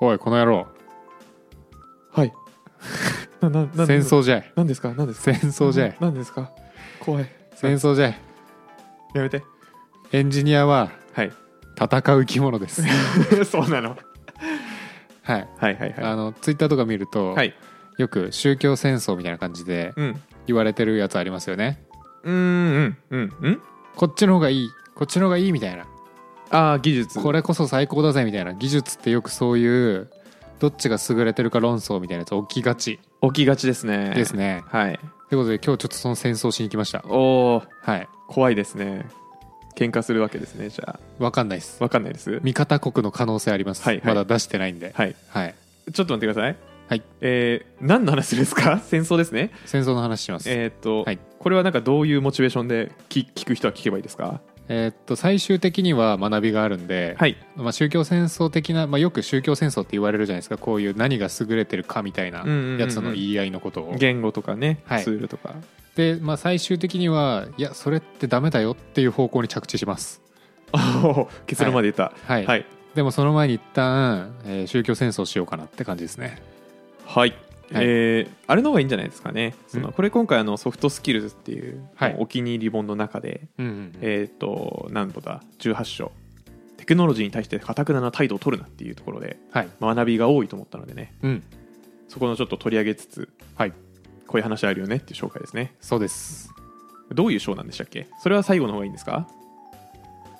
おいこの野郎はい。 な、な、なん戦争じゃいなんですかなんですか戦争じゃいななんですか怖い。戦争じゃいやめて。エンジニアははい。戦う生き物です そうなの。はいはいはいはあのツイッターとか見ると、い。はい。よく宗教戦争みたいな感じでうん。言われてるやつありますよねうんうんうんうん。こっちの方がいいこっちの方がいいみたいなああ、技術。これこそ最高だぜみたいな技術ってよくそういうどっちが優れてるか論争みたいなやつ起きがち起きがちですね。です。ね。はい。ということで今日ちょっとその戦争しに来ました。おお、はい。怖いですね。喧嘩するわけですね。じゃわかんないですあ、。わかんないです。味方国の可能性あります。はいはいまだ出してないんで。はい。はい。ちょっと待ってください。はい。えー、何の話ですか 戦争ですね。戦争の話します。ええーっと、はいこれはなんかどういうモチベーションで聞聞く人は聞けばいいですかーっと最終的には学びがあるんで、はい。まあ宗教戦争的な、まあよく宗教戦争って言われるじゃないですか。こういう何が優れてるかみたいなうんうんうんうんやつの言い合いのことを。言語とかね、はいツールとか。で、まあ最終的にはいやそれってダメだよっていう方向に着地します。おー 結論まで言った。はい。はい。でもその前に一旦、えー宗教戦争しようかなって感じですね。はい。えーあれの方がいいんじゃないですかね。そうんのこれ今回あのソフトスキルズっていう、はいお気に入り本の中で、うんうんうんえーっと何度だ18章テクノロジーに対してかくなな態度を取るなっていうところではい。学びが多いと思ったのでねうん。そこのちょっと取り上げつつはい。こういう話あるよねっていう紹介ですねそうです。どういう章なんでしたっけそれは最後の方がいいんですか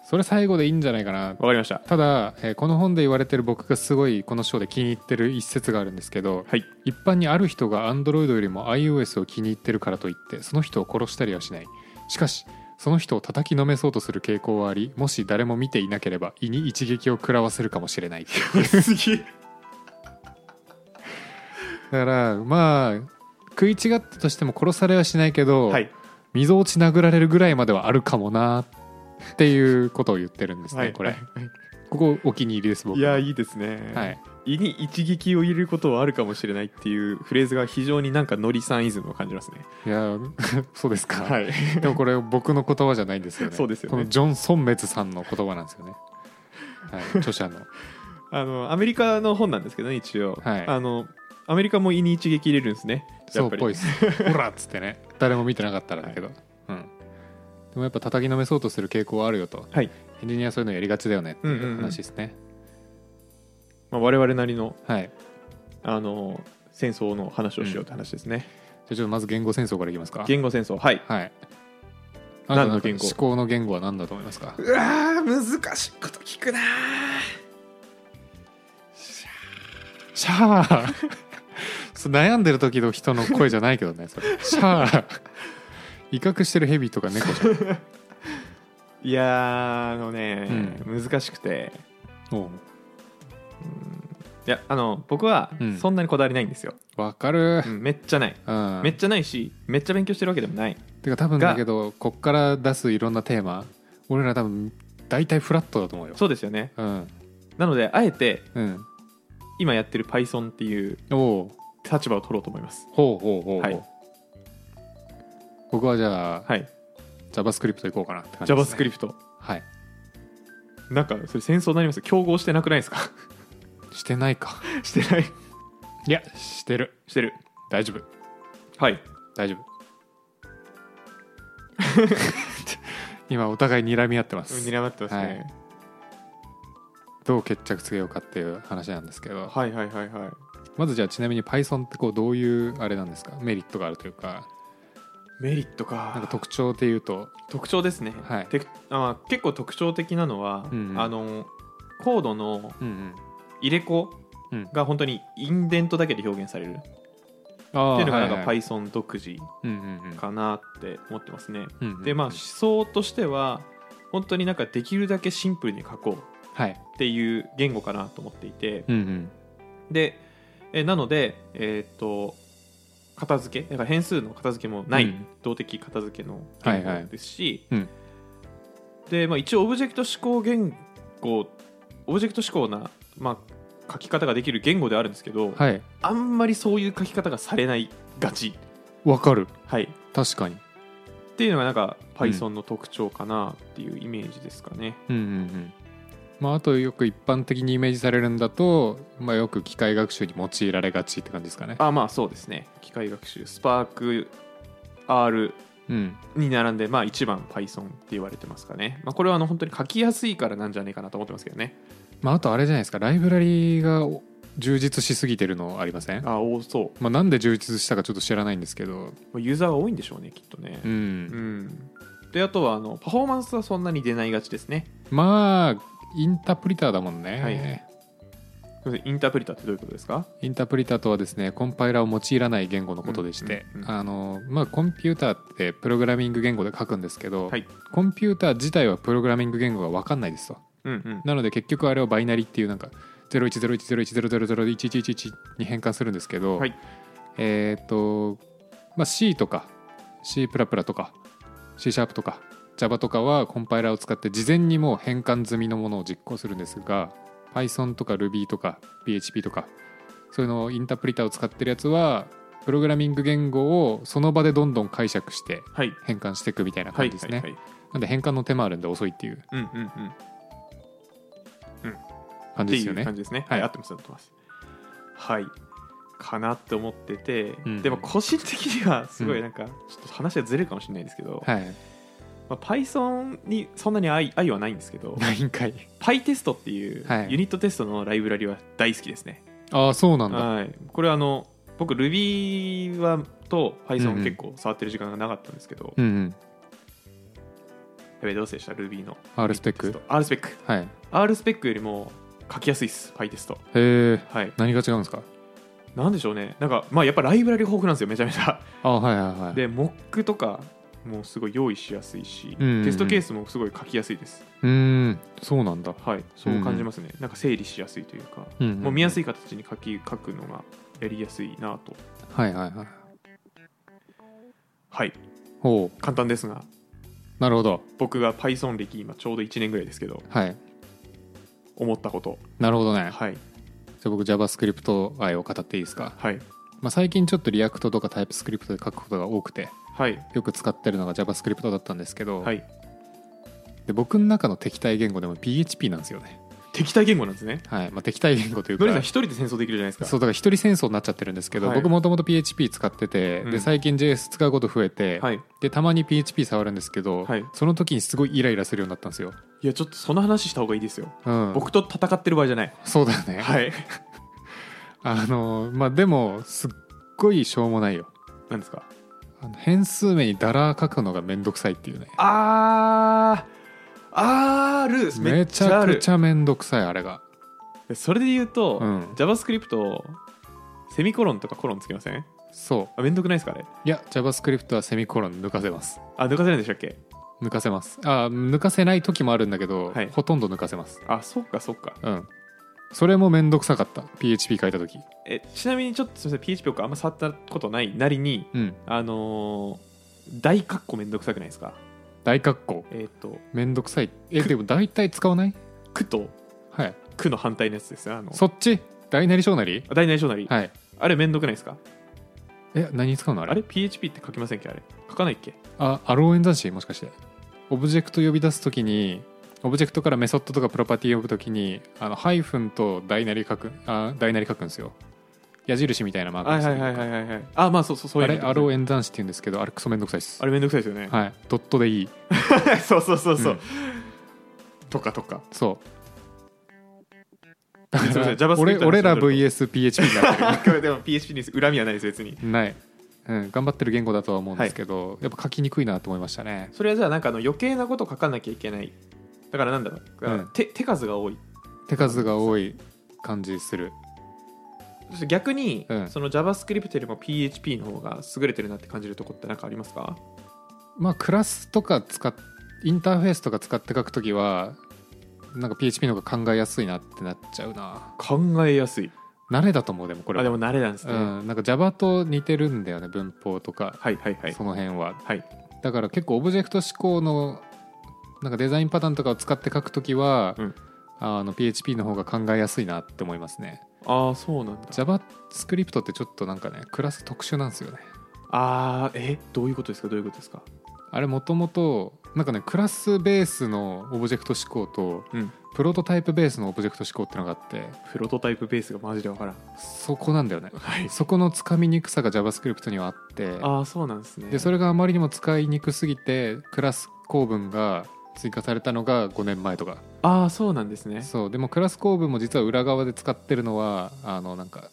それ最後でいいんじゃないかな。わかりましたただ、えーこの本で言われてる僕がすごいこの章で気に入ってる一節があるんですけど はい一般にある人が Android よりも iOS を気に入ってるからといってその人を殺したりはしないしかしその人を叩きのめそうとする傾向はありもし誰も見ていなければ胃に一撃を食らわせるかもしれ ないだからまあ食い違ったとしても殺されはしないけど、はい、溝落ち殴られるぐらいまではあるかもなっていうことを言ってるんですね、はい、これここお気に入りです僕いやいいですね、はい、胃に一撃を入れることはあるかもしれないっていうフレーズが非常になんかノリさんイズムを感じますねいや そうですか、い でもこれ僕の言葉じゃないんですよねそうですよねこのジョン・ソンメツさんの言葉なんですよね、はい、 著者のあのアメリカの本なんですけどね一応、はいあのアメリカも胃に一撃入れるんですねそうっやぱりぽいです「ほら!」っつってね誰も見てなかったらだけど、うんでもやっぱ叩きのめそうとする傾向はあるよと、はいエンジニアはそういうのやりがちだよねっていう話ですね、まあ、我々なりのはいじあの戦争の話をしようって話ですね、ゃあちょっとまず言語戦争からいきますか言語戦争はいはい何のあなた言語思考の言語は何だと思います かうわー難しいこと聞くなーシャーそう悩んでる時の人の声じゃないけどねそれシャー威嚇してるヘビとか猫じいやーあのね、難しくて ゃんおういやあの僕はうんそんなにこだわりないんですよ、わかるう、んめっちゃないうんめっちゃないしめっちゃ勉強してるわけでもないてか多分だけどこっから出すいろんなテーマ俺ら多分大体フラットだと思うよそうですよねうんなのであえてうん今やってる Python っていうおおう立場を取ろうと思いますほうほうほうほう、はい僕はじゃあ、はい JavaScript いこうかなって感じです、ね、 JavaScript はいなんかそれ戦争になりますよ競合してなくないですか してないかしてないいやしてるしてる大丈夫はい大丈夫 今お互い睨み合ってます睨まってますね、どう決着つけようかっていう話なんですけど、はい、はいはいはいまずじゃあちなみに Python ってこうどういうあれなんですかメリットがあるというかメリットかなんか特徴で言うと特徴ですね、はいてあ結構特徴的なのは、うんうんあのコードのうんうん入れ子うんが本当にインデントだけで表現されるってあいうのがなんかイ Python 独自うんうんかなって思ってますね、うんうんうんでまあ思想としては本当になんかできるだけシンプルに書こうはいっていう言語かなと思っていて、うんうんでえなのでえーっと片付けだから変数の片付けもない、うん動的片付けのはい言はい語ですし、うんで、まあ、一応オブジェクト指向言語オブジェクト指向な、まあ、書き方ができる言語ではあるんですけど、はいあんまりそういう書き方がされないがち、わかるはい、確かにっていうのがなんか Python の特徴かなっていうイメージですかね、うんうんうんまあ、あとよく一般的にイメージされるんだと、まあ、よく機械学習に用いられがちって感じですかね。あまあそうですね機械学習スパーク R うん、に並んで、まあ、1番 Python って言われてますかね、まあ、これはあの本当に書きやすいからなんじゃないかなと思ってますけどねまあ、あとあれじゃないですかライブラリーがお充実しすぎてるのありませんあ多そまあ、なんで充実したかちょっと知らないんですけど、うユーザーが多いんでしょうねきっとねうんうんであとはあのパフォーマンスはそんなに出ないがちですねまあインタープリターだもんね、はいすみませんインタープリターってどういうことですかインタープリターとはですねコンパイラーを用いらない言語のことでして、うんうんうんあのまあ、コンピューターってプログラミング言語で書くんですけど、はいコンピューター自体はプログラミング言語が分かんないですとうんうんなので結局あれをバイナリっていうなんか0101010001111に変換するんですけど、はいえっ、と、まあ、C とか C++ とか C シャープとか Java とかはコンパイラーを使って事前にもう変換済みのものを実行するんですが Python とか Ruby とか PHP とかそういうのをインタープリターを使ってるやつはプログラミング言語をその場でどんどん解釈してはい変換していくみたいなは感いじですはね、いはいなんで変換の手間あるんで遅いっていううんうんうんっ感てじですよいうね感じですねははいい合ってます合ってますはいかなって思ってて、うんでも個人的にはすごうんいなんかちょっと話がずれるかもしれないですけど、はいまあ、Python にそんなに愛愛はないんですけ ど何回 PyTest っていうはいユニットテストのライブラリは大好きですね、ああそうなんだはい、これあの僕 Ruby はとうんう Python ん結構触ってる時間がなかったんですけど、うんうんやべえどうせでした Ruby の R スペック R スペックはいへ R スペックよりも書きやすいです PyTest えはい何が違うんですかなんでしょうねなんかまあやっぱライブラリ豊富なんですよめちゃめち ゃあはいはいはいで Mock とかもうすごい用意しやすいし、うんうんうんテストケースもすごい書きやすいですうーんそうなんだはいそう感じますね、なんか整理しやすいというか、うんうんもう見やすい形に書き書くのがやりやすいなとはいはいはいはいほう簡単ですがなるほど僕が Python 歴今ちょうど1年ぐらいですけどはい思ったことなるほどねじゃはいあ僕 JavaScript 愛を語っていいですか、はいまあ、最近ちょっと React とか TypeScript で書くことが多くてはいよく使ってるのが JavaScript だったんですけど、はいで僕の中の敵対言語でも PHP なんですよね敵対言語なんですねはい、まあ、敵対言語というかのりさん一人で戦争できるじゃないですかそうだから一人戦争になっちゃってるんですけど、はい僕もともと PHP 使ってて、うでん最近 JS 使うこと増えて、はいでたまに PHP 触るんですけど、はいその時にすごいイライラするようになったんですよ、いやちょっとその話した方がいいですようん、僕と戦ってる場合じゃないそうだよね、はい あのまあでもすっごいしょうもないよ何ですかあの変数名にダラー書くのがめんどくさいっていうねあー R めめっちちゃゃあくるちゃめんどくさいあれがそれで言うと、うん JavaScript をセミコロンとかコロンつけませんそうあめんどくないですかあれいや JavaScript はセミコロン抜かせますあ抜かせないんでしたっけ抜かせますあ抜かせない時もあるんだけど、はいほとんど抜かせますあそっかそっかうんそれもめんどくさかった PHP 書いた時えちなみにちょっとすみません PHP 僕あんま触ったことないなりにうんあのー大括弧めんどくさくないですか大括弧えっ、とめんどくさいえでも大体使わない「く」とはい「く」の反対のやつですねあのそっち大なり小なり大なり小なり、はいあれめんどくないですかえ何使うのああれれ PHP って書きませんっけあれ書かないっけあアロー演算子もしかしてオブジェクト呼び出すときにオブジェクトからメソッドとかプロパティ呼ぶときにあのハイフンと大なり書くあ大なり書くんですよ矢印みたいなマークはでいすはいはいはいはいはいあまあそうそうそういあうのれアロー演算子って言うんですけどあれクソめんどくさいですあれめんどくさいですよね、はいドットでいい そうそうそうそう、うんとかとかそう すいません JavaScript 俺俺らの話に VSPHP になってるなると これでも PHP に恨みはないです別にない、うん、頑張ってる言語だとは思うんですけど、やっぱ書きにくいなと思いましたねそれはじゃあなんかあの余計なこと書かなきゃいけないだからなんだろう、だからうん手手数が多い手数が多い感じするそして逆に、うんその JavaScript よりも PHP の方が優れてるなって感じるとこって何かありますかまあクラスとか使っインターフェースとか使って書くときはなんか PHP の方が考えやすいなってなっちゃうな考えやすい慣れだと思うでもこれはあでも慣れなんですね、うん、なんか Java と似てるんだよね文法とか、はいはいはいその辺ははいだから結構オブジェクト思考のなんかデザインパターンとかを使って書くときは、うんあの PHP の方が考えやすいなって思いますねああそうなんだ JavaScript ってちょっとなんかねクラス特殊なんですよねああえどういうことですかどういうことですかあれもともとなんかねクラスベースのオブジェクト思考とうんプロトタイプベースのオブジェクト思考ってのがあってプロトタイプベースがマジでわからんそこなんだよねはいそこのつかみにくさが JavaScript にはあってああそうなんですねでそれがあまりにも使いにくすぎてクラス構文が追加されたのが5年前とかああそうなんですねそうでもクラス構文も実は裏側で使ってるのはあのなんか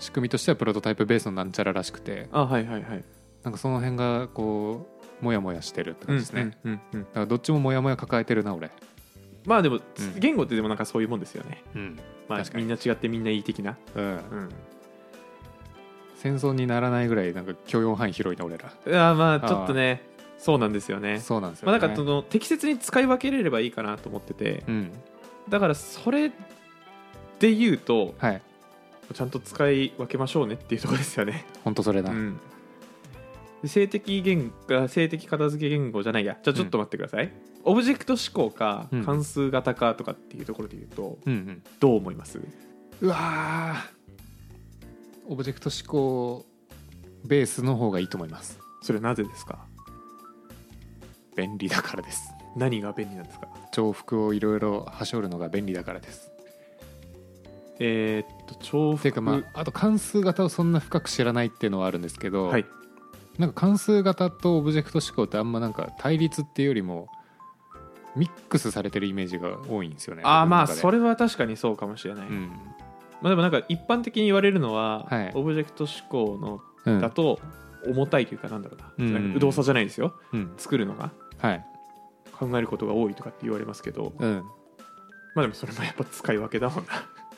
仕組みとしてはプロトタイプベースのなんちゃららしくてあはいはいはいなんかその辺がこうモヤモヤしてるって感じですね、だうんうんうんうんからどっちもモヤモヤ抱えてるな俺まあでも、ん言語ってでもなんかそういうもんですよねうん、まあ確かみにんな違ってみんないい的なうん戦争にならないぐらいなんか許容範囲広いな俺らあーまあちょっとねそうなんですよねそうなんですよ、まあ、ねなんかその適切に使い分けれればいいかなと思っててうんだからそれで言うとはいちゃんと使い分けましょうねっていうところですよね、本当それうだ、ん、で性的言語性的片付け言語じゃないやじゃあちょっと待ってください、オブジェクト思考かうん関数型かとかっていうところで言うとうんうんどう思います、うわーオブジェクト思考ベースの方がいいと思いますそれはなぜですか便利だからです何が便利なんですか重複をいろいろ端折るのが便利だからですえーっとっ重て複いうかまああと関数型をそんな深く知らないっていうのはあるんですけど、はい、なんか関数型とオブジェクト思考ってあんまなんか対立っていうよりもミックスされてるイメージが多いんですよねああまあ僕の中でそれは確かにそうかもしれない、うんまあ、でもなんか一般的に言われるのは、はいオブジェクト思考のうんだと重たいというかなんだろうな,、うんなんかうどさじゃないですようん作るのがはい考えることが多いとかって言われますけどうんまあでもそれもやっぱ使い分けだも んな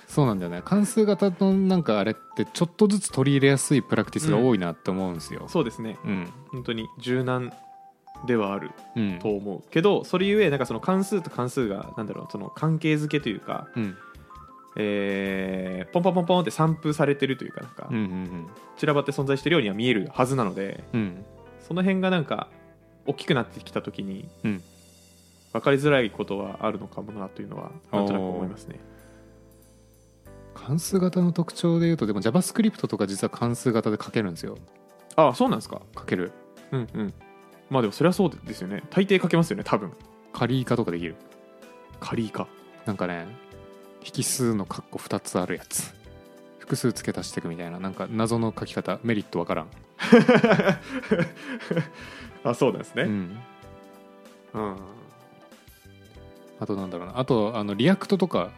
そうなんだよね関数型のなんかあれってちょっとずつ取り入れやすいプラクティスが多いなって思うんですよ、そうですねうん本当に柔軟ではあるうんと思うけどそれゆえなんかその関数と関数がなんだろうその関係づけというか、うんえーポンポンポンポンって散布されてるというかなんか、うんうん散らばって存在してるようには見えるはずなのでうんうんその辺がなんか大きくなってきた時にうん分かりづらいことはあるのかもなというのはなんとなく思いますね。関数型の特徴でいうとでも JavaScript とか実は関数型で書けるんですよああそうなんですか書けるうんうんまあでもそりゃそうですよね大抵書けますよね多分仮以下とかできる仮以下なんかね引数の括弧2つあるやつ複数付け足していくみたいななんか謎の書き方メリットわからん、あそうなんですうねん、うん、あとなんだろうなあとあのリアクトとか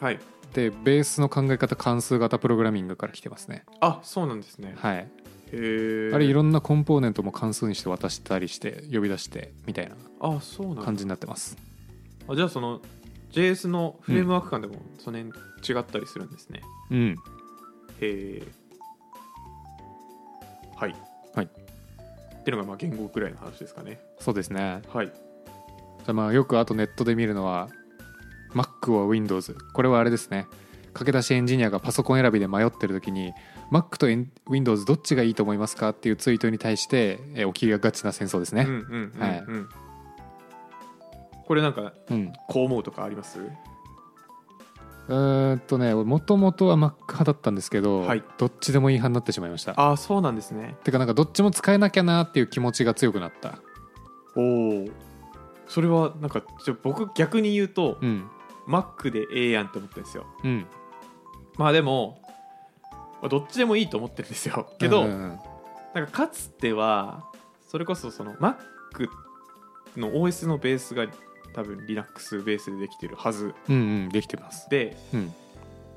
はいってベースの考え方関数型プログラミングから来てますねあそうなんですねはいへえあれいろんなコンポーネントも関数にして渡したりして呼び出してみたいなあそうなん感だじになってますあじゃあその JS のフレームワーク感でもその辺違ったりするんですね、うんへえはいはいっていうのがまあ言語くらいの話ですかねそうですねはいじゃあまあよくあとネットで見るのは Mac は Windows これはあれですね駆け出しエンジニアがパソコン選びで迷ってる時に Mac とエン Windows どっちがいいと思いますかっていうツイートに対してえ起きがちな戦争ですうねんうんうん、はいうんこれなんかうんこう思うとかありますうーんとねもともとは Mac 派だったんですけど、はいどっちでもいい派になってしまいましたあそうなんですねてかなんかどっちも使えなきゃなっていう気持ちが強くなったおおそれはなんかちょ僕逆に言うと、うん Mac でええやんって思ってるんですようんまあでもまあどっちでもいいと思ってるんですよけど、うんうんなんかかつてはそれこそその Mac の OS のベースが多分 Linux ベースでできてるはずうん、うんうんできてますでうん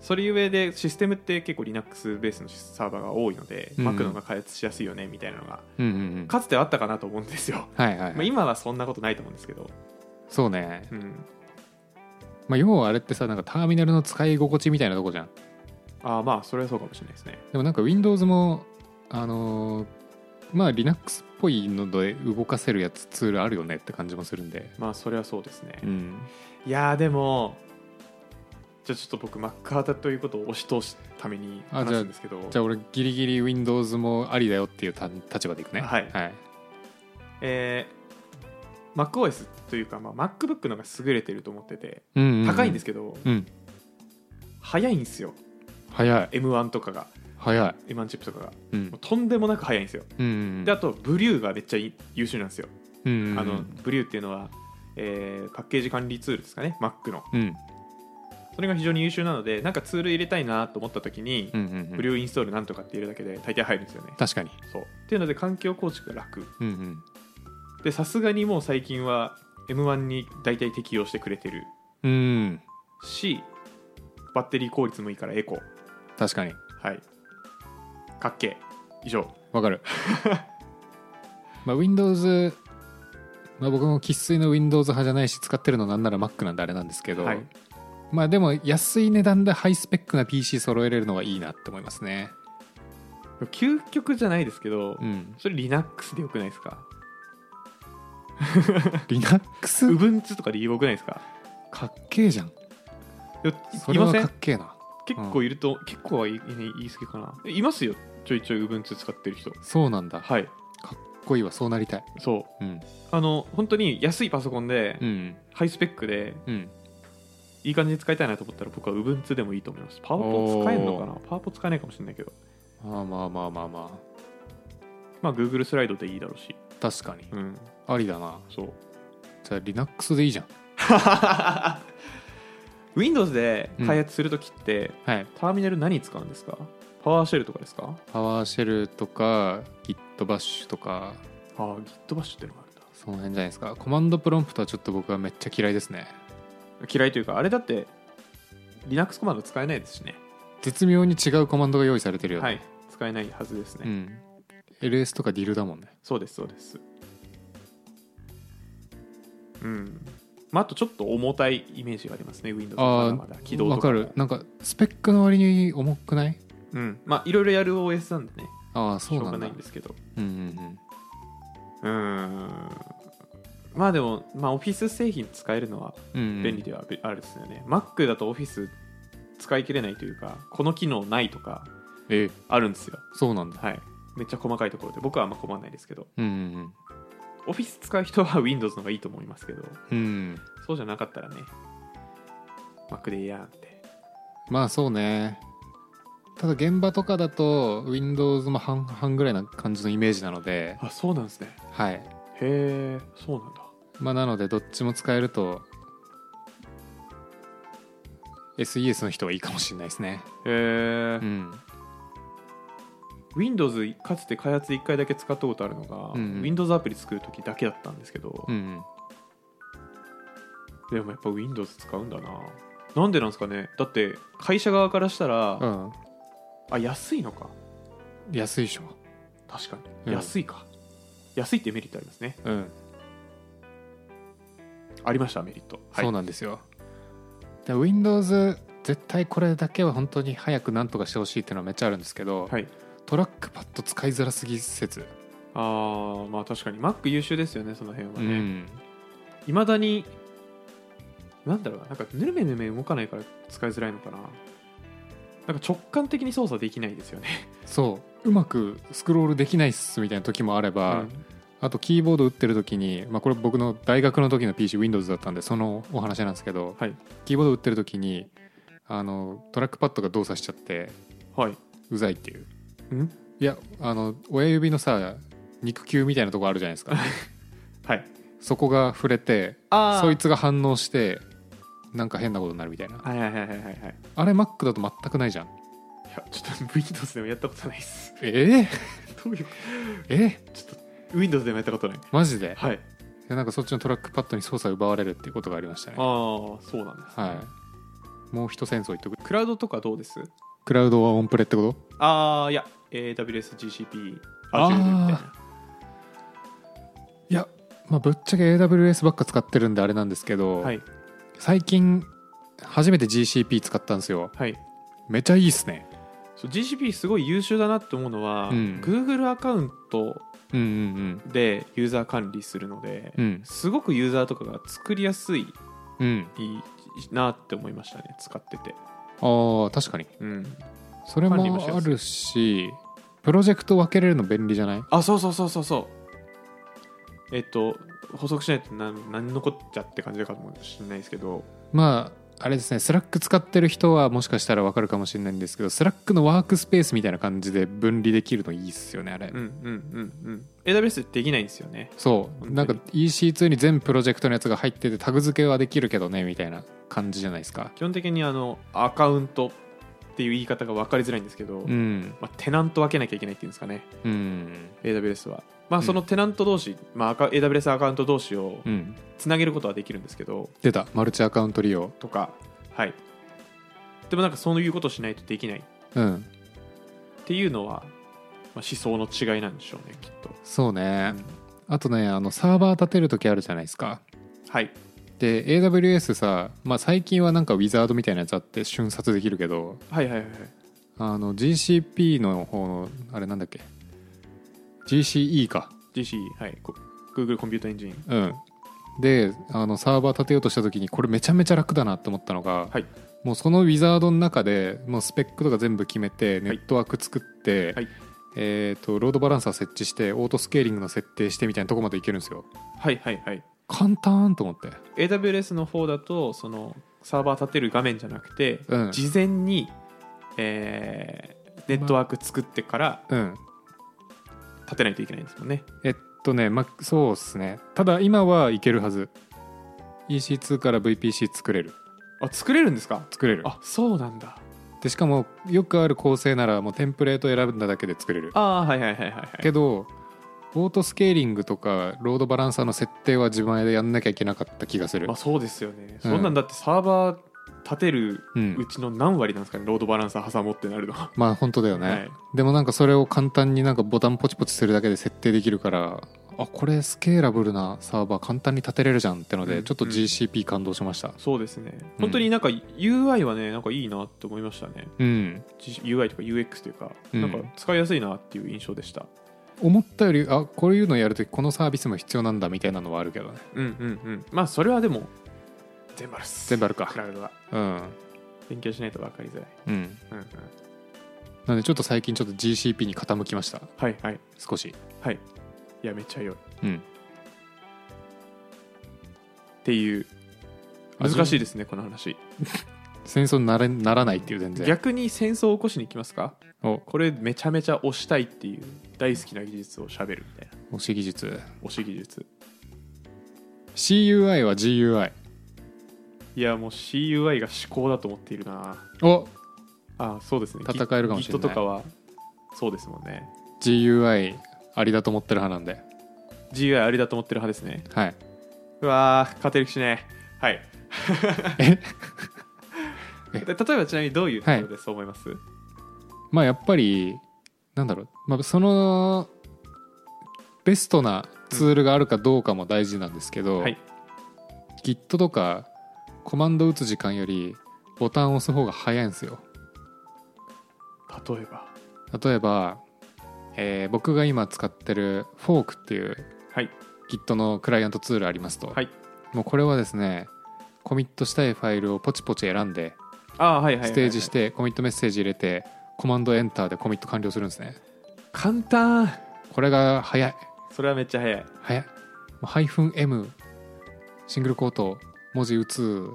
それゆえでシステムって結構 Linux ベースのサーバーが多いので、うん Mac の方が開発しやすいよねみたいなのがうんうんうんかつてはあったかなと思うんですよ、はいはい、まはあ、い、今はそんなことないと思うんですけど、そうねうん、まあ要はあれってさなんかターミナルの使い心地みたいなとこじゃんああまあそれはそうかもしれないですねでもなんか Windows もあのーまあ Linux っぽいので動かせるやつツールあるよねって感じもするんでまあそれはそうですね、うんいやーでもじゃあちょっと僕 Mac 派だということを押し通すためにあ話じゃあすんですけどじゃあ俺ギリギリ Windows もありだよっていうた立場でいくねはいはい、えー MacOS というか、まあ、MacBook の方が優れてると思っててうんうう高いんですけけど、どうん早いんですよ早い M1 とかが早い M1 チップとかがもうんうとんでもなく早いんですようんうんであとブリューがめっちゃ優秀なんですようんあのブリューっていうのは、えーパッケージ管理ツールですかね Mac のうんそれが非常に優秀なのでなんかツール入れたいなと思った時に、うんうんうんブリューインストールなんとかって入れるだけで大体入るんですよね確かにそうっていうので環境構築が楽うんうんでさすがにもう最近は M1 に大体適用してくれてるうんしバッテリー効率もいいからエコ確かにはいかっけえ以上わ かるまあ Windows まあ、僕も生粋の Windows 派じゃないし使ってるのなんなら Mac なんであれなんですけど、はいまあでも安い値段でハイスペックな PC 揃えれるのはいいなって思いますね究極じゃないですけど、うんそれ Linux でよくないですか Linux Ubuntu とかでよくないですかかっけえじゃんいやそいれまはせかっんけえな結構いると、結構はい言い過ぎかないますよちょいちょい Ubuntu 使ってる人そうなんだかっはいこいいわそうなりたいそううんあの本当に安いパソコンで、うんハイスペックでうんいい感じに使いたいなと思ったら僕は Ubuntu でもいいと思いますパワポ使えるのかなパワポ使えないかもしれないけどまあまあまあまあまあまあ Google スライドでいいだろうし確かにうんありだなそうじゃあ Linux でいいじゃん Windows で開発するときって、はいターミナル何使うんですかパワーシェルとかですかパワーシェルとか Git バッシュとかああ Git バッシュってのがあるんだその辺じゃないですかコマンドプロンプトはちょっと僕はめっちゃ嫌いですね嫌いというかあれだって Linux コマンド使えないですしね絶妙に違うコマンドが用意されてるよね、はい使えないはずですね、うん、LS とか DIL だもんねそうですそうですうんまあ、あとちょっと重たいイメージがありますね Windows はまだまだ起動わとかかもるなんかスペックの割に重くないうんまあいろいろやる OS なんでねああしょそううながんだないんですけどうんうんうーんまあでも、まあ、オフィス製品使えるのはうんうんうん便利ではあるですよね、Mac だとオフィス使い切れないというかこの機能ないとかえあるんですよそうなんだはいめっちゃ細かいところで僕はあんま困んないですけどうんうんオフィス使う人は Windows の方がいいと思いますけどうんうんそうじゃなかったらね Mac でいいやんってまあそうねただ現場とかだと Windows も半々ぐらいな感じのイメージなのであそうなんですねはいへえそうなんだまあなのでどっちも使えると SES の人はいいかもしれないですねへうえ、ん、 Windows かつて開発1回だけ使ったことあるのが、うんうん Windows アプリ作るときだけだったんですけど、うんうん、でもやっぱ Windows 使うんだななんでなんですかねだって会社側からしたら、うん、あ安いのか安いでしょ確かうにん安いか、安いってメリットありますねうん、ありましたメリットはいそうなんですよで Windows 絶対これだけは本当に早くなんとかしてほしいっていうのはめっちゃあるんですけど、はいトラックパッド使いづらすぎ説、あーまあ確かに Mac 優秀ですよねその辺はうんねいま、未だになんだろうななんかぬるめぬるめ動かないから使いづらいのかななんか直感的に操作できないですよね、そううまくスクロールできないっすみたいな時もあれば、 うんあとキーボード打ってる時に、まあ、これ僕の大学の時の PCWindows だったんでそのお話なんですけど、はいキーボード打ってる時にあのトラックパッドが動作しちゃってはいうざいっていうんいやあの親指のさ肉球みたいなとこあるじゃないです かはいそこが触れてあそいつが反応してなんか変なことになるみたいなはいはいはいはいはいはいいあれ Mac だと全くないじゃんやちょっと Windows でもやったことないです えどういうええ Windows でもやったことないマジではいいやなんかそっちのトラックパッドに操作奪われるっていうことがありましたああねそうなんです、はいもう一戦争言っとくクラウドとかどうですクラウドはオンプレってことああいや AWSGCP あー Azure みたいないや、まあ、ぶっちゃけ AWS ばっか使ってるんであれなんですけど、はい最近初めて GCP 使ったんですよはいめちゃいいっすねそう GCP すごい優秀だなって思うのは、うん Google アカウントうんうんでユーザー管理するので、うんすごくユーザーとかが作りやすいうんうんなって思いましたね使っててああ確かにうんそれ管理もしやすいもあるしプロジェクト分けれるの便利じゃないあそうそうそうそうそうえっと補足しないと何何のこっちゃって感じかもしれないですけどまああれですねスラック使ってる人はもしかしたらわかるかもしれないんですけどスラックのワークスペースみたいな感じで分離できるのいいっすよねあれ、うんうんうんうん。AWS できないんですよね。そうなんか本 EC2 に全プロジェクトのやつが入っててタグ付けはできるけどねみたいな感じじゃないですか基本的にあのアカウントっていう言い方が分かりづらいんですけど、うんまあ、テナント分けなきゃいけないっていうんですかね、うん AWS は。まあ、うんそのテナント同士、まあアカ、AWS アカウント同士をうんつなげることはできるんですけど、出たマルチアカウント利用とか、はい。でもなんかそういうことしないとできないっうんていうのは、まあ、思想の違いなんでしょうね、きっと。そうね、あとねあのサーバー立てる時あるじゃないですかはい。で AWS さ、まあ、最近はなんかウィザードみたいなやつあって瞬殺できるけどはいはいはいはい。あの GCP の方のあれなんだっけ GCE か GC、はい。こ Google コンピュータエンジン。うんであのサーバー立てようとした時にこれめちゃめちゃ楽だなって思ったのが、はいもうそのウィザードの中でもうスペックとか全部決めてネットワーク作って、はいえー、とロードバランサー設置してオートスケーリングの設定してみたいなとこまでいけるんですよはいはいはい。簡単と思って AWS の方だと、そのサーバー立てる画面じゃなくて、うん事前に、えーネットワーク作ってからうん立てないといけないんですもんね。えっとね、まあ、そうですね。ただ今はいけるはず。EC2 から VPC 作れる。あ、作れるんですか作れる。あ、そうなんだ。で、しかもよくある構成ならもうテンプレート選んだだけで作れる。ああー、はいはいはいはいはい。けど、オートスケーリングとかロードバランサーの設定は自前でやんなきゃいけなかった気がするまあ。そうですよね。うんそんなんだってサーバー立てるう。うんちの何割なんですかね、ロードバランサー挟もうってなるの。はまあ本当だよね。い。でもなんかそれを簡単になんかボタンポチポチするだけで設定できるから、あ、これスケーラブルなサーバー簡単に立てれるじゃんってのうで、んちょっと GCP 感動しました。そうですね。本当になんか UI はね、なんかいいなって思いましたね。うん。じ UI とか UX というか、うんなんか使いやすいなっていう印象でした。思ったよりあこういうのやるときこのサービスも必要なんだみたいなのはあるけどねうんうんうん。まあそれはでも、全部あるっす。全部あるクかラウドは。うん勉強しないと分かりづらい。うんうんうん。なんでちょっと最近ちょっと GCP に傾きましたはいはい。少しはい。いや、めっちゃ良い。っうんていう。あ難しいですね、この話。戦争になれならないっていう全然逆に戦争を起こしに行きますかおこれめちゃめちゃ推したいっていう大好きな技術を喋るみたいな推し技術推し技術 CUI は GUI いやもう CUI が思考だと思っているなおあそうですね戦えるかもしれない Git とかはそうですもんね GUI ありだと思ってる派なんで GUI ありだと思ってる派ですねはいうわー勝てる気しねえはい ええで例えばちなみにどういうところでそう思います、まあやっぱりなんだろう、まあ、そのベストなツールがあるかどうかも大事なんですけど、はい Git とかコマンド打つ時間よりボタンを押す方が早いんですよ例えば例えば、えー僕が今使ってるフォークっていうはい Git のクライアントツールありますと、はいもうこれはですねコミットしたいファイルをポチポチ選んであーはいはいはいはいステージしてコミットメッセージ入れてコマンドエンターでコミット完了するんですね簡単これが早いそれはめっちゃ早い早いもうハイフン M シングルコート文字打つ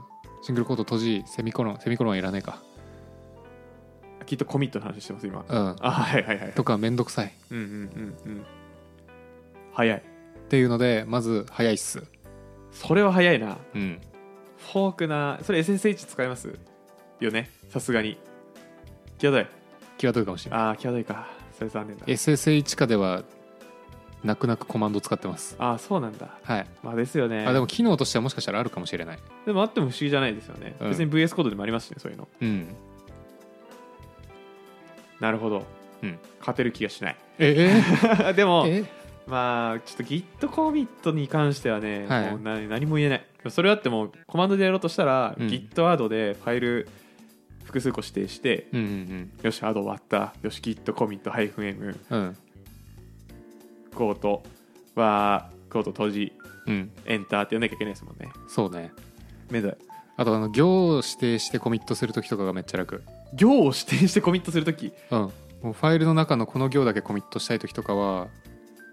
シングルコート閉じセミコロンセミコロンはいらねえかきっとコミットの話してます今うんあはいはいはいとかめんどくさいうんうんうんうん早いっていうのでまず早いっすそれは早いなうんフォークなそれ SSH 使いますよねさすがに際どい際どいかもしれないああ際どいかそれ残念だ SSH 下では泣く泣くコマンド使ってますああそうなんだはい、まあですよねあでも機能としてはもしかしたらあるかもしれないでもあっても不思議じゃないですよね、うん別に VS コードでもありますしねそういうのうんなるほど、うん勝てる気がしない えでもええまあちょっと Git コミットに関してはね、はいもう何何も言えないそれあってもコマンドでやろうとしたら、うん Git アドでファイル複数個指定して、うんうんよしアド終わったよし Git コミット -m うんうんコートはコート閉じうんエンターってやんなきゃいけないですもんねそうねめんどいあとあの行を指定してコミットするときとかがめっちゃ楽行を指定してコミットするときうんもうファイルの中のこの行だけコミットしたいときとかは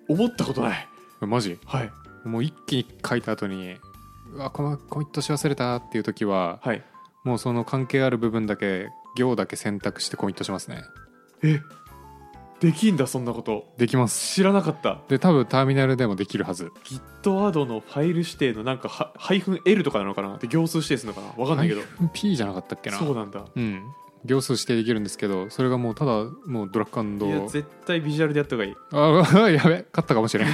思ったことないえマジはいもう一気に書いた後にうわこのコミットし忘れたっていうときははいもうその関係ある部分だけ行だけ選択してコミットしますねえできんだそんなことできます知らなかったで多分ターミナルでもできるはず GitHub のファイル指定のなんかはハイフン L とかなのかなって行数指定するのかなわかんないけど P じゃなかったっけなそうなんだうん行数指定できるんですけどそれがもうただもうドラッグアンいやド絶対ビジュアルでやった方がいあいやべ勝ったかもしれん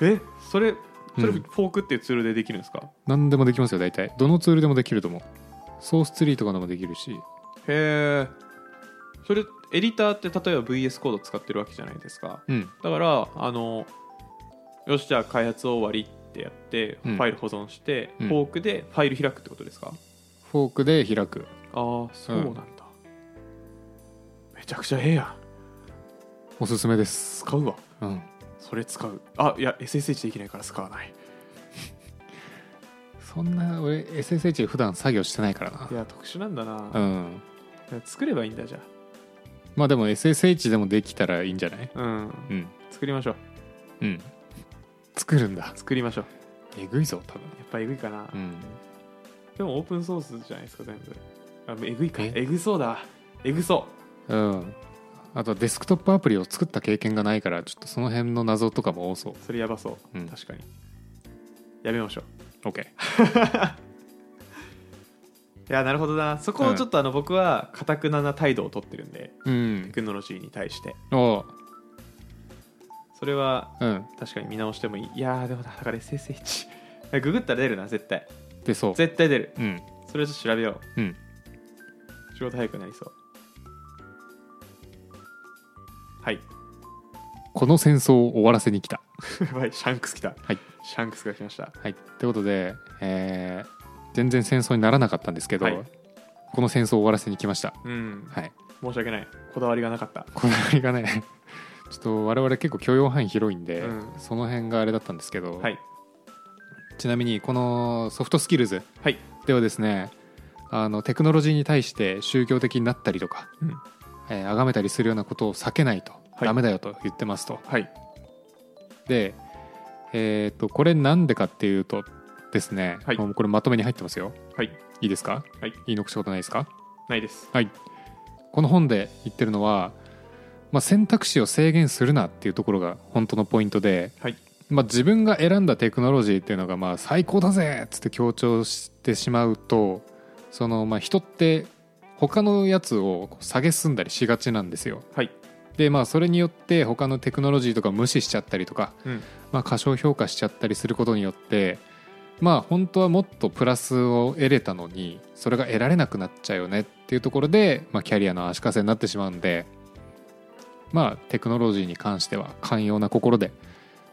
えそれそれうフんォークっていうツールでできるんですか、何でもできますよ大体どのツールでもできると思うソースツリーとかでもできるしへえそれエディターって例えば VS コード使ってるわけじゃないですかうんだからあのよしじゃあ開発終わりってやってフうんァイル保存して、うんフォークでファイル開くってことですか、フォークで開くああそうなんだ、めちゃくちゃええやんおすすめです使うわうんそれ使うあいや SSH できないから使わないそんな俺 SSH 普段作業してないからないや特殊なんだな、ういんや作ればいいんだじゃまあでも SSH でもできたらいいんじゃないあうんうん作りましょううん作るんだ作りましょうえぐいぞ多分やっぱえぐいかな、うんでもオープンソースじゃないですか全部あえぐいかええぐそうだえぐそうんあとはデスクトップアプリを作った経験がないからちょっとその辺の謎とかも多そううそれやばそう、うん確かにやめましょう OK いやなるほどなそこをちょっとあの、僕はかたくなな態度を取ってるんでうんテクノロジーに対しておそれはううん確かに見直してもいいいやーでもなだから SSH え ググったら出るな絶対でそう絶対出るうんそれをちょっと調べようんう仕事早くなりそうはい この戦争を終わらせに来たやばいシャンクス来た、はいシャンクスが来ましたはいということで、えー全然戦争にならなかったんですけど、はいこの戦争を終わらせに来ましたうんはい申し訳ないこだわりがなかったこだわりがね ちょっと我々結構許容範囲広いんで、うんその辺があれだったんですけど、はいちなみにこのソフトスキルズはいではですねあのテクノロジーに対して宗教的になったりとか、うんえー崇めたりするようなことを避けないと、いダメだよと言ってますとはいで、えー、とこれなんでかっていうとですね、はいもうこれまとめに入ってますよはいいいですかはい言い残したことないですかないですはいこの本で言ってるのは、まあ、選択肢を制限するなっていうところが本当のポイントで、はいまあ、自分が選んだテクノロジーっていうのがまあ最高だぜっつって強調してしまうとそのまあ人って他のやつをこう下げすんだりしがちなんですよ。はいでまあそれによって他のテクノロジーとか無視しちゃったりとか、うんまあ、過小評価しちゃったりすることによってまあ本当はもっとプラスを得れたのにそれが得られなくなっちゃうよねっていうところで、まあ、キャリアの足かせになってしまうんでまあテクノロジーに関しては寛容な心で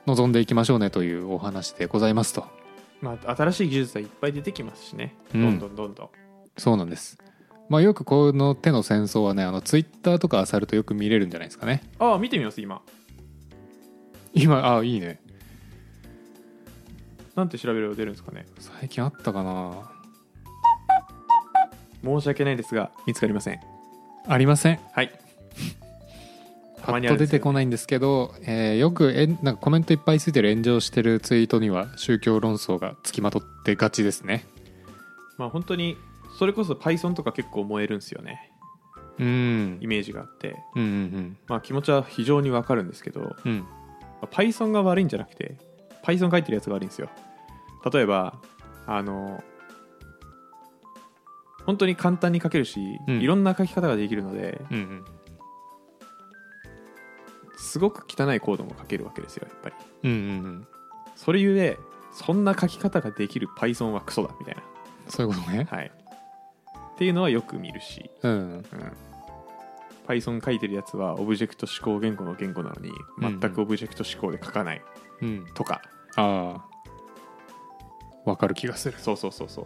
臨んでいきましょうねというお話でございますとまあ新しい技術はいっぱい出てきますしねうどんんどんどんどん、そうなんです。まあよくこの手の戦争はねあのツイッターとか漁るとよく見れるんじゃないですかねああ見てみます今今あいいねなんて調べれば出るんですかね最近あったかな申し訳ないですが見つかりませんありませんはいパたまにッあるとんで出すよてねこないんですけど、えーよくえんなんかコメントいっぱいついてる炎上してるツイートには宗教論争がつきまとってがちですねまあ本当にそれこそ Python とか結構燃えるんですよねうんイメージがあってうんうんまあ気持ちは非常にわかるんですけど、まうんうんあ Python が悪いんじゃなくて Python 書いてるやつが悪いんですよ例えばあの本当に簡単に書けるし、うんいろんな書き方ができるのでうんうんすごく汚いコードも書けるわけですよやっぱりうんうんうんそれゆえそんな書き方ができる Python はクソだみたいなそういうことねはいっていうのはよく見るし、うんうん、Python 書いてるやつはオブジェクト思考言語の言語なのに全うんうんくオブジェクト思考で書かないうんとか、ああわかる気がするそうそうそうそう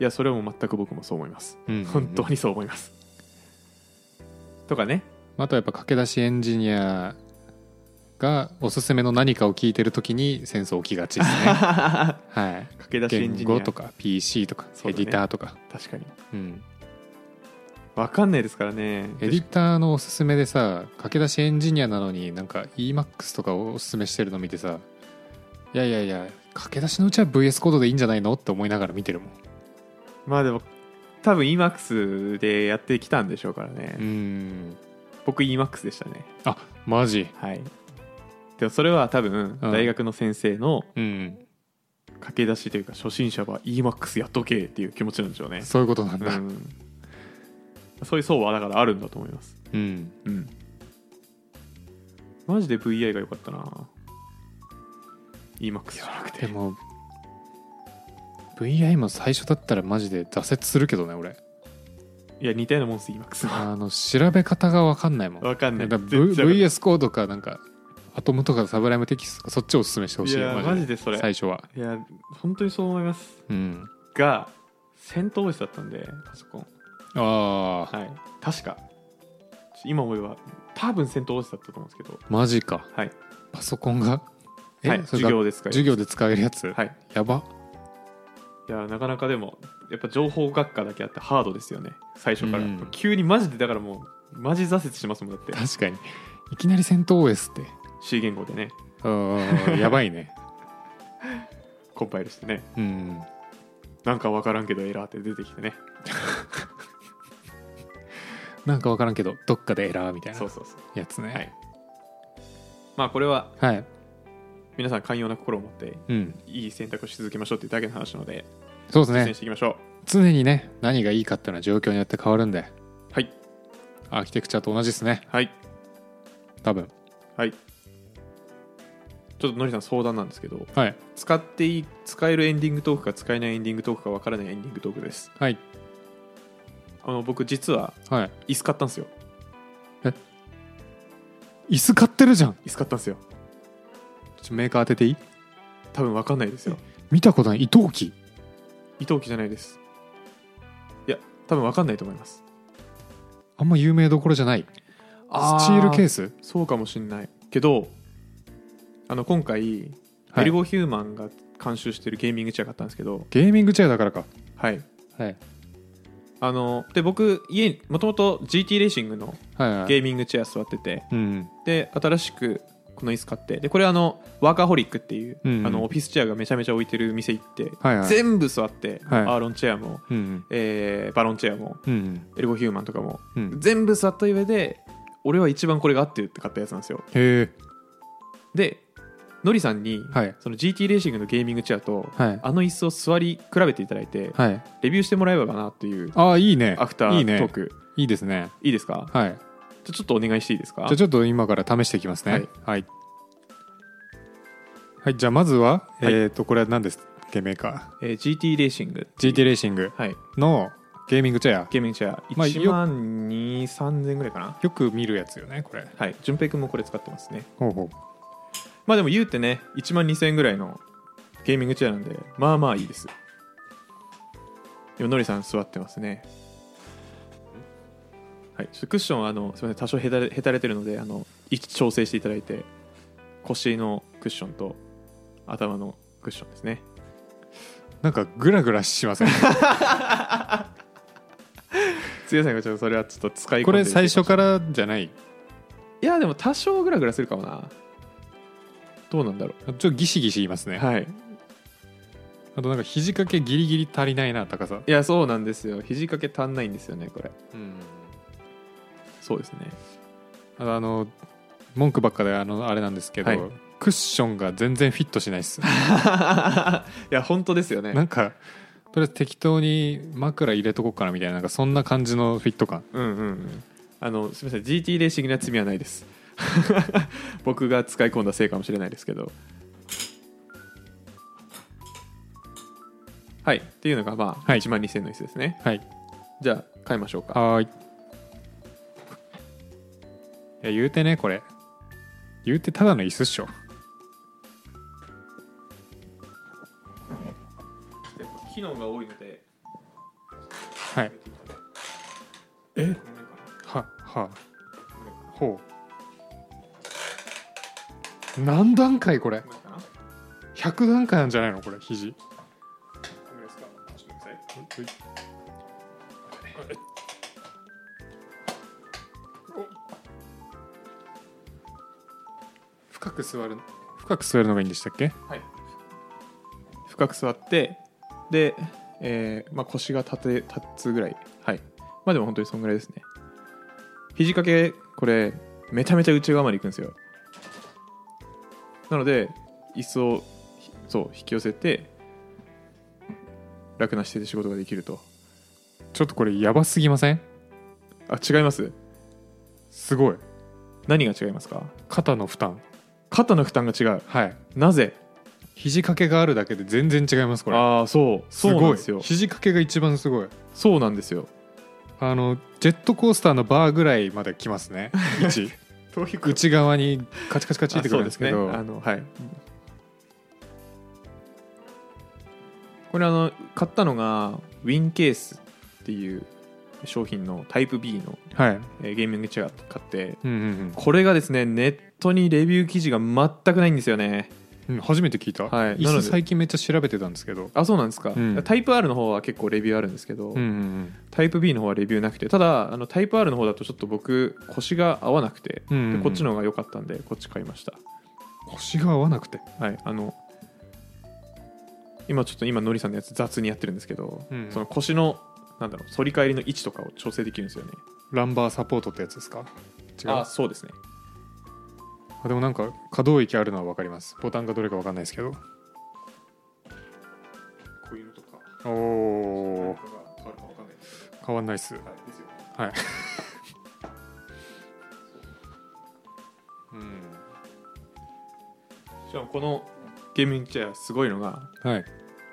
いやそれはもう全く僕もそう思いますうんうんうん本当にそう思います、とかねあとはやっぱ駆け出しエンジニアがおすすめの何かを聞いてる時に戦争起きがち ですね駆はいけ出しエン言ジニ語アとか PC とかそうエだデねィターとか確かにうん分かんないですからねエディターのおすすめでさ駆け出しエンジニアなのになんか EMAX とかをおすすめしてるの見てさいやいやいや駆け出しのうちは VS コードでいいんじゃないのって思いながら見てるもんまあでも多分 EMAX でやってきたんでしょうからね、うん僕 EMAX でしたねあマジはいでもそれは多分うん大学の先生のうん駆け出しというか初心者は EMAX やっとけっていう気持ちなんでしょうねそういうことなんうだんそういう層はだからあるんだと思いますうんうんマジで VI が良かったな EMAX じゃなくてでも VI も最初だったらマジで挫折するけどね俺いや似たようなもんです EMAX はあの調べ方が分かんないもん分かんないだから全 V- 然わかんない VS コードかなんかアトムとかサブライムテキストとかそっちをおすすめしてほしいいやマジでそれ最初はいや本当にそう思いますうんが戦闘 OS だったんでパソコンああはい確か今思えば多分戦闘 OS だったと思うんですけどマジかはい、パソコンがえはい、それ授が業ですから授業で使えるやつ、はいやばいやなかなかでもやっぱ情報学科だけあってハードですよね最初から、うん急にマジでだからもうマジ挫折してますもんだって確かにいきなり戦闘 OS って C 言語でねうーんやばいね コンパイルしてねうんなんか分からんけどエラーって出てきてねなんか分からんけどどっかでエラーみたいなそうそうそうやつはいねまあこれははい、皆さん寛容な心を持ってうんいい選択をし続けましょうっていうだけの話なのでそうです実践ねしていきましょ常にね何がいいかっていうのは状況によって変わるんでうはいアーキテクチャと同じですねはい多分はいちょっとのりさん相談なんですけどはい使っていい使えるエンディングトークか使えないエンディングトークか分からないエンディングトークですはいあの僕実ははい椅子買ったんですよ椅子買ってるじゃん椅子買ったんですよちょメーカー当てていい多分分かんないですよ見たことない伊藤機伊藤家じゃないですいや多分分かんないと思いますあんま有名どころじゃないスチールケーススそうかもしんないけどあの今回はいエルゴヒューマンが監修してるゲーミングチェア買ったんですけどゲーミングチェアだからかはいはいあので僕家にもともと GT レーシングのはいはいゲーミングチェア座っててうんで新しくこの椅子買ってでこれあのワーカーホリックっていう、うんうんあのオフィスチェアがめちゃめちゃ置いてる店行って、はいはい全部座って、はいアーロンチェアも、うんえーバロンチェアもうんエルゴヒューマンとかも、うんうん全部座った上で俺は一番これが合ってるって買ったやつなんですよへえでノリさんに、はいその GT レーシングのゲーミングチェアと、はいあの椅子を座り比べていただいて、はいレビューしてもらえればなっていうああいいねアフターいいいねトークいいい,、いですねですかはいじじゃあちょっとお願いしていいですかゃあちょっと今から試していきますねははいいはい、じゃあまずは、はいえっ、とこれは何ですっけメーカえー GT レーシング、ー GT レーシングはい、のゲーミングチェアゲーミングチェアまあ1万2 3000円ぐらいかなよく見るやつよねこれはい淳平君もこれ使ってますねほうほうまあでも言うてね1万2000円ぐらいのゲーミングチェアなんでまあまあいいです今のりさん座ってますねはいちょっとクッションはあのすみません多少へたれへたれてるのであの位置調整していただいて腰のクッションと頭のクッションですねなんかグラグラし ません剛さんがちょっとそれはちょっと使い込んこでれ最い初からじゃないやでも多少グラグラするかもなどうなんだろちょっとギシギシ言いますね、うはいあとなんか肘掛けギリギリ足りないな高さいやそうなんですよ肘掛け足んないんですよねこれうんそうですねあとあの文句ばっかであのあれなんですけど、はいクッションが全然フィットしないっすいや本当ですよなねんかとりあえず適当に枕入れとこうかなみたいななんかそんな感じのフィット感うんうんうんあのすみません GT レーシングには罪はないです 僕が使い込んだせいかもしれないですけどはいっていうのがまあはい1万2000の椅子ですね、はいじゃあ買いましょうかはーいいや言うてねこれ言うてただの椅子っしょ機能が多いのではいえははほう何段階これ100段階なんじゃないのこれ肘深く座る深く座るのがいいんでしたっけ深く座ってで、ええーまあ、腰が立て立つぐらいはいまあでも本当にそんぐらいですね肘掛けこれめちゃめちゃ内側まで行くんですよなので椅子をひそう引き寄せて楽な姿勢で仕事ができるとちょっとこれやばすぎませんあ違いますすごい何が違いますか肩の負担肩の負担が違うはいなぜ肘掛けがあるだけで全然違いますこれああそうすそうごいなんですよ肘掛けが一番すごいそうなんですよあのジェットコースターのバーぐらいまで来ます ね位置どういうこ内側にカチカチカチってくるんですけあそうどね、あのはいこれあの買ったのがウィンケースっていう商品のタイプ B の、はいえーゲーミングチェア買ってうんうんこれがですねネットにレビュー記事が全くないんですよねうんうん初めて聞いた、はい椅なの子で最近めっちゃ調べてたんですけどあそうなんですうか、んタイプ R の方は結構レビューあるんですけど、うんうんうんタイプ B の方はレビューなくてただあのタイプ R の方だとちょっと僕腰が合わなくて、うんうんうんでこっちの方が良かったんでこっち買いました腰が合わなくてはい、あの今ちょっと今のりさんのやつ雑にやってるんですけど、うんその腰のなんだろう反り返りの位置とかを調整できるんですよねランバーサポートってやつですか違うああそうですねでもなんか可動域あるのは分かりますボタンがどれか分かんないですけどこういうのとかおお変わるか分かんないです変わんないっすですよはいうんしかもこのゲーミングチェアすごいのがはい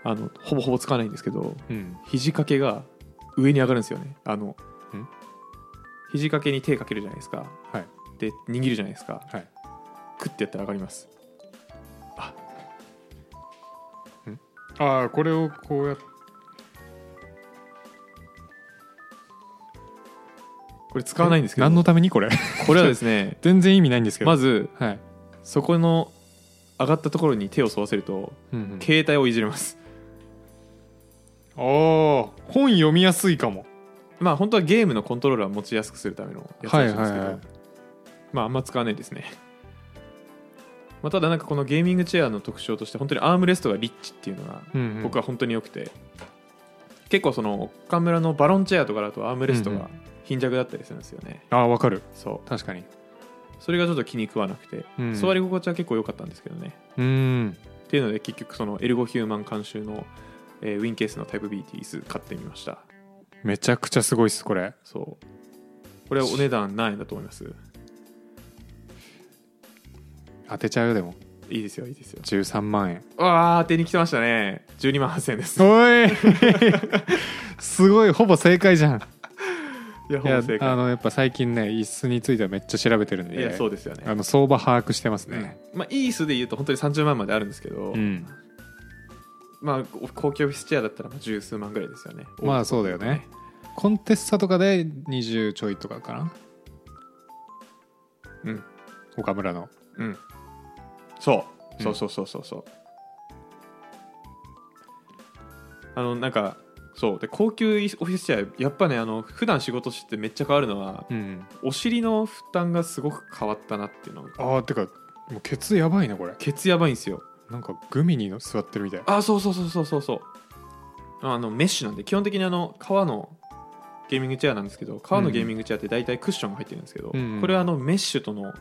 あのほぼほぼ使わないんですけどうん肘掛けが上に上がるんですよねあのん肘掛けに手かけるじゃないですかはいで握るじゃないですかはいクッてやったら上がりますああこれをこうやってこれ使わないんですけど何のためにこれこれはですね全然意味ないんです けどまずはい、そこの上がったところに手を沿わせるとうん携帯をいじれますうん、おー本読みやすいかもまあ本当はゲームのコントローラーを持ちやすくするためのやつらしいんですけはいはいど、はいまああんま使わないですね、まあ、ただなんかこのゲーミングチェアの特徴として本当にアームレストがリッチっていうのがうんうん僕は本当に良くて、結構その岡村のバロンチェアとかだとアームレストうんうがん貧弱だったりするんですよね、ああわかるそう確かにそれがちょっと気に食わなくて、うん座り心地は結構良かったんですけどねうんっていうので結局そのエルゴヒューマン監修の、えーウィンケースのタイプ B っていう椅子買ってみましためちゃくちゃすごいっすこれそうこれお値段何円だと思います当てちゃうよでもいいですよいいですよ13万円わあ当てに来てましたね12万8000円です おいすごいほぼ正解じゃんいいやや本正あ解のやっぱ最近ね椅子についてはめっちゃ調べてるんいでやそうですよねあの相場把握してますねまあいい椅子で言うと本当に30万まであるんですけど、うん、まあ高級オフィスチェアだったらまあ十数万ぐらいですよねまあそうだよねコンテッサとかで20ちょいとかかなうん岡村のうんそうう、んそうそうそうそうそうあのなんかそうで高級オフィスチェアやっぱねあの普段仕事しててめっちゃ変わるのはうんお尻の負担がすごく変わったなっていうのがああてかもうケツやばいなこれケツやばいんですよなんかグミにの座ってるみたいあそうそうそうそうそうそうあのメッシュなんで基本的にあの革のゲーミングチェアなんですけど革のゲーミングチェアって大体クッションが入ってるんですけど、うんうんこれはあのメッシュとの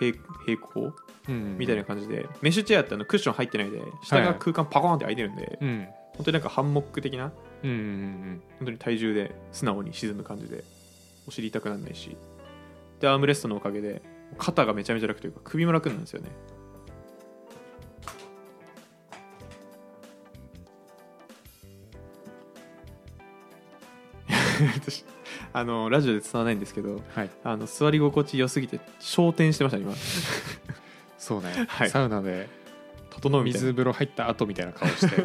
平平行みたいな感じで、メッシュチェアってあのクッション入ってないで下が空間パコーンって開いてるんで、うん本当になんかハンモック的なうんうんうん本当に体重で素直に沈む感じでお尻痛くならないしでアームレストのおかげで肩がめちゃめちゃ楽というか首も楽なんですよね 私あのラジオで伝わらないんですけどはいあの座り心地良すぎて昇天してましたね今そうね、はいサウナで整うみたいな水風呂入った後みたいな顔 して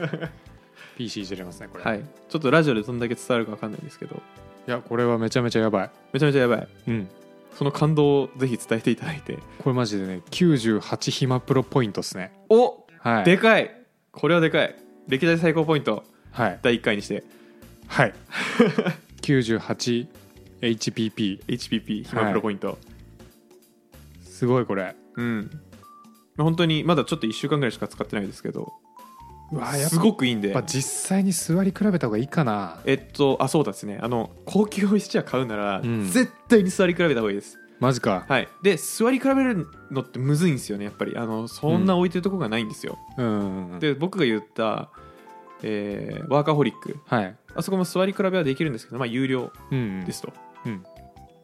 PC いじれますねこれ、、はいいちょっとラジオでどんだけ伝わるか分かんないんですけどやこれはめちゃめちゃやばいめちゃめちゃやばいうんその感動をぜひ伝えていただいてこれマジでね98暇プロポイントっすねおはいでかいこれはでかい歴代最高ポイントはい第1回にしてはい 98HPP HPP 暇プロポイント、すごいこれうんまあ本当にまだちょっと1週間ぐらいしか使ってないですけどうわやっぱすごくいいんでまあ、実際に座り比べた方がいいかなえっとあそうですねあの高級オイスチェア買うなら、うん絶対に座り比べた方がいいですマジか、はいで座り比べるのってむずいんですよねやっぱりあのそんな置いてるとこがないんですよ、うんうんで僕が言った、えーワーカホリックはいあそこも座り比べはできるんですけどまあ有料うんですと、うん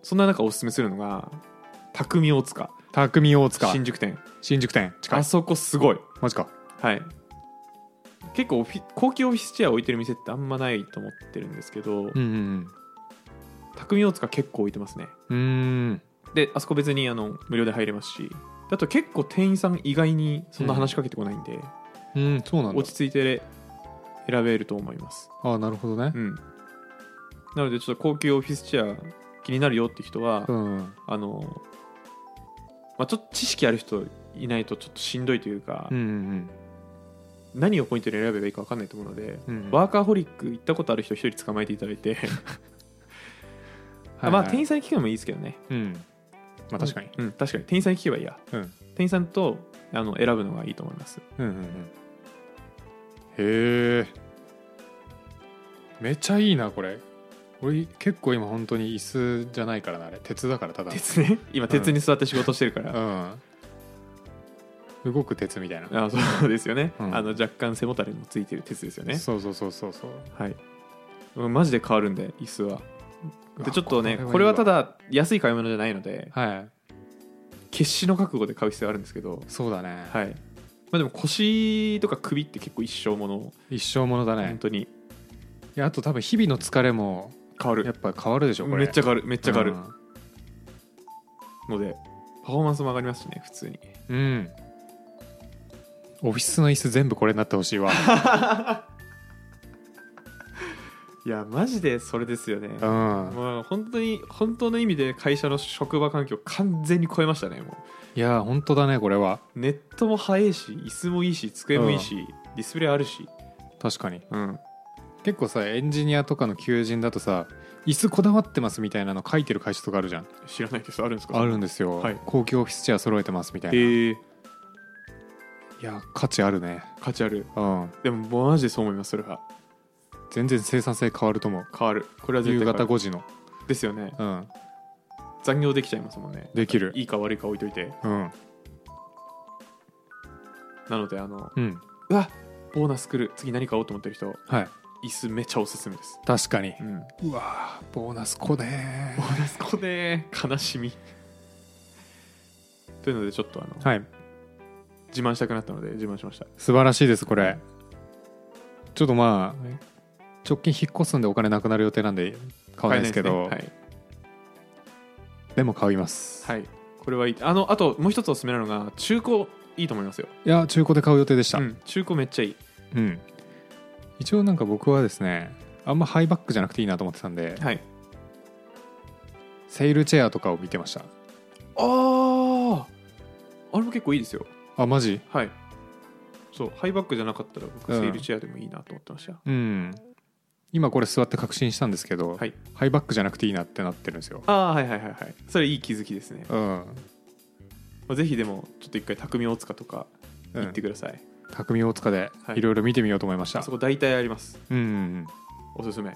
そんな中おすすめするのが匠大塚匠大塚新宿店新宿店近あいそこすごいマジかはい結構オフィ高級オフィスチェア置いてる店ってあんまないと思ってるんですけど、うんうん匠大塚結構置いてますねうんうーんであそこ別にあの無料で入れますしあと結構店員さん意外にそんな話しかけてこないんで、うんそうなんだ落ち着いて選べると思いますああなるほどねうんなのでちょっと高級オフィスチェア気になるよって人は、うん、あのまあちょっと知識ある人いないとちょっとしんどいというか、うんうん何をポイントに選べばいいか分かんないと思うので、うんワーカーホリック行ったことある人一人捕まえていただいてはいはい まあ店員さんに聞くのもいいですけどねうんまあ確かに、うん確かに店員さんに聞けばいいやうん、店員さんとあの選ぶのがいいと思いますうんうんうんへえめっちゃいいなこれ俺結構今本当に椅子じゃないからなあれ鉄だからただの鉄ね今鉄に座って仕事してるから、うん動く鉄みたいな、あそうですよね、うんあの若干背もたれもついてる鉄ですよねそうそうそうそうそうはいうんマジで変わるんで椅子はでちょっとねこれはいいわただ安い買い物じゃないのではい決死の覚悟で買う必要あるんですけどそうだね、はいまあでも腰とか首って結構一生もの、一生ものだね本当にいやあと多分日々の疲れも変わやっるぱ変わるでしょこれめっちゃ変わるめっちゃ変わるうのでパフォーマンスも上がりますしね普通にん、うんオフィスの椅子全部これになってほ しいわいやマジでそれですよねうんもう本当に本当の意味で会社の職場環境完全に超えましたねもいや本当だねこれはうネットも早いし椅子もいいし机もいいし、ディスプレイあるし確かにうん結構さエンジニアとかの求人だとさ椅子こだわってますみたいなの書いてる会社とかあるじゃん知らないですあるんですかあるんですよ、はい高級オフィスチェア揃えてますみたいな、へえいや価値あるね価値あるうんでももうマジでそう思いますそれは全然生産性変わると思う変わるこれは絶夕対変わ方る5時のですよねうん残業できちゃいますもんねできるいいか悪いか置いといてうんなのであのうんうわボーナス来る次何買おうと思ってる人はい椅子めちゃおすすめです確かにうんうわーボーナスこねボーナス来ねえ悲しみというのでちょっとあの、はい自慢したくなったので自慢しました素晴らしいですこれちょっとまあ直近引っ越すんでお金なくなる予定なんで買わないですけど買えでないですねも買います、はい、はい、これはいいあのあともう一つおすすめなのが中古いいと思いますよ、い、や中古で買う予定でした、うん中古めっちゃいいうん、一応なんか僕はですねあんまハイバックじゃなくていいなと思ってたんではいセールチェアとかを見てましたあああれも結構いいですよあマジはいそうハイバックじゃなかったら僕うんセールチェアでもいいなと思ってました、うん今これ座って確信したんですけど、はいハイバックじゃなくていいなってなってるんですよああはいはいはいはいそれいい気づきですね、うん、まあぜひでもちょっと一回匠大塚とかうん行ってください、匠大塚ではいいろいろ見てみようと思いました、あそこ大体ありますうんうんおすすめうん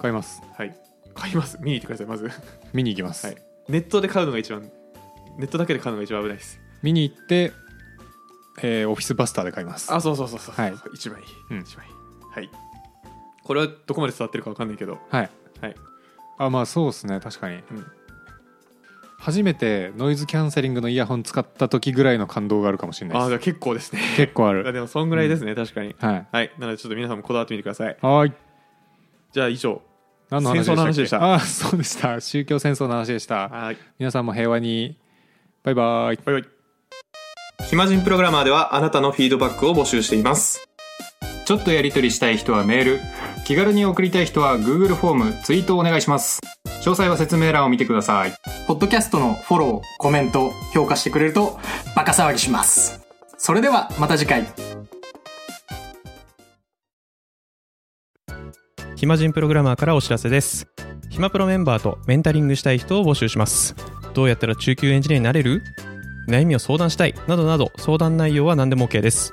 買いますはい買います見に行ってくださいまず見に行きます、はいネットで買うのが一番ネットだけで買うのが一番危ないです見に行って、えーオフィスバスターで買いますあそうそうそうそう、はい一番いい、うん一番いいはいこれはどこまで伝わってるか分かんないけどはいはい、あまあそうですね確かにうん、初めてノイズキャンセリングのイヤホン使った時ぐらいの感動があるかもしれあなあいじでゃあ結構ですね す結構ああるでもそんぐらいですね、確かにはいはいなのでちょっと皆さんもこだわってみてくださいはーいじゃあ以上何の話でしたっけ戦争の話でしたあーそうでした宗教戦争の話でしたはい皆さんも平和にバイバイバイバイ暇人プログラマーではあなたのフィードバックを募集していますちょっとやり取りしたい人はメール気軽に送りたい人は Google フォームツイートをお願いします詳細は説明欄を見てくださいポッドキャストのフォロー、コメント、評価してくれるとバカ騒ぎします。それではまた次回。暇人プログラマーからお知らせです暇プロメンバーとメンタリングしたい人を募集しますどうやったら中級エンジニアになれる悩みを相談したいなどなど相談内容は何でも OK です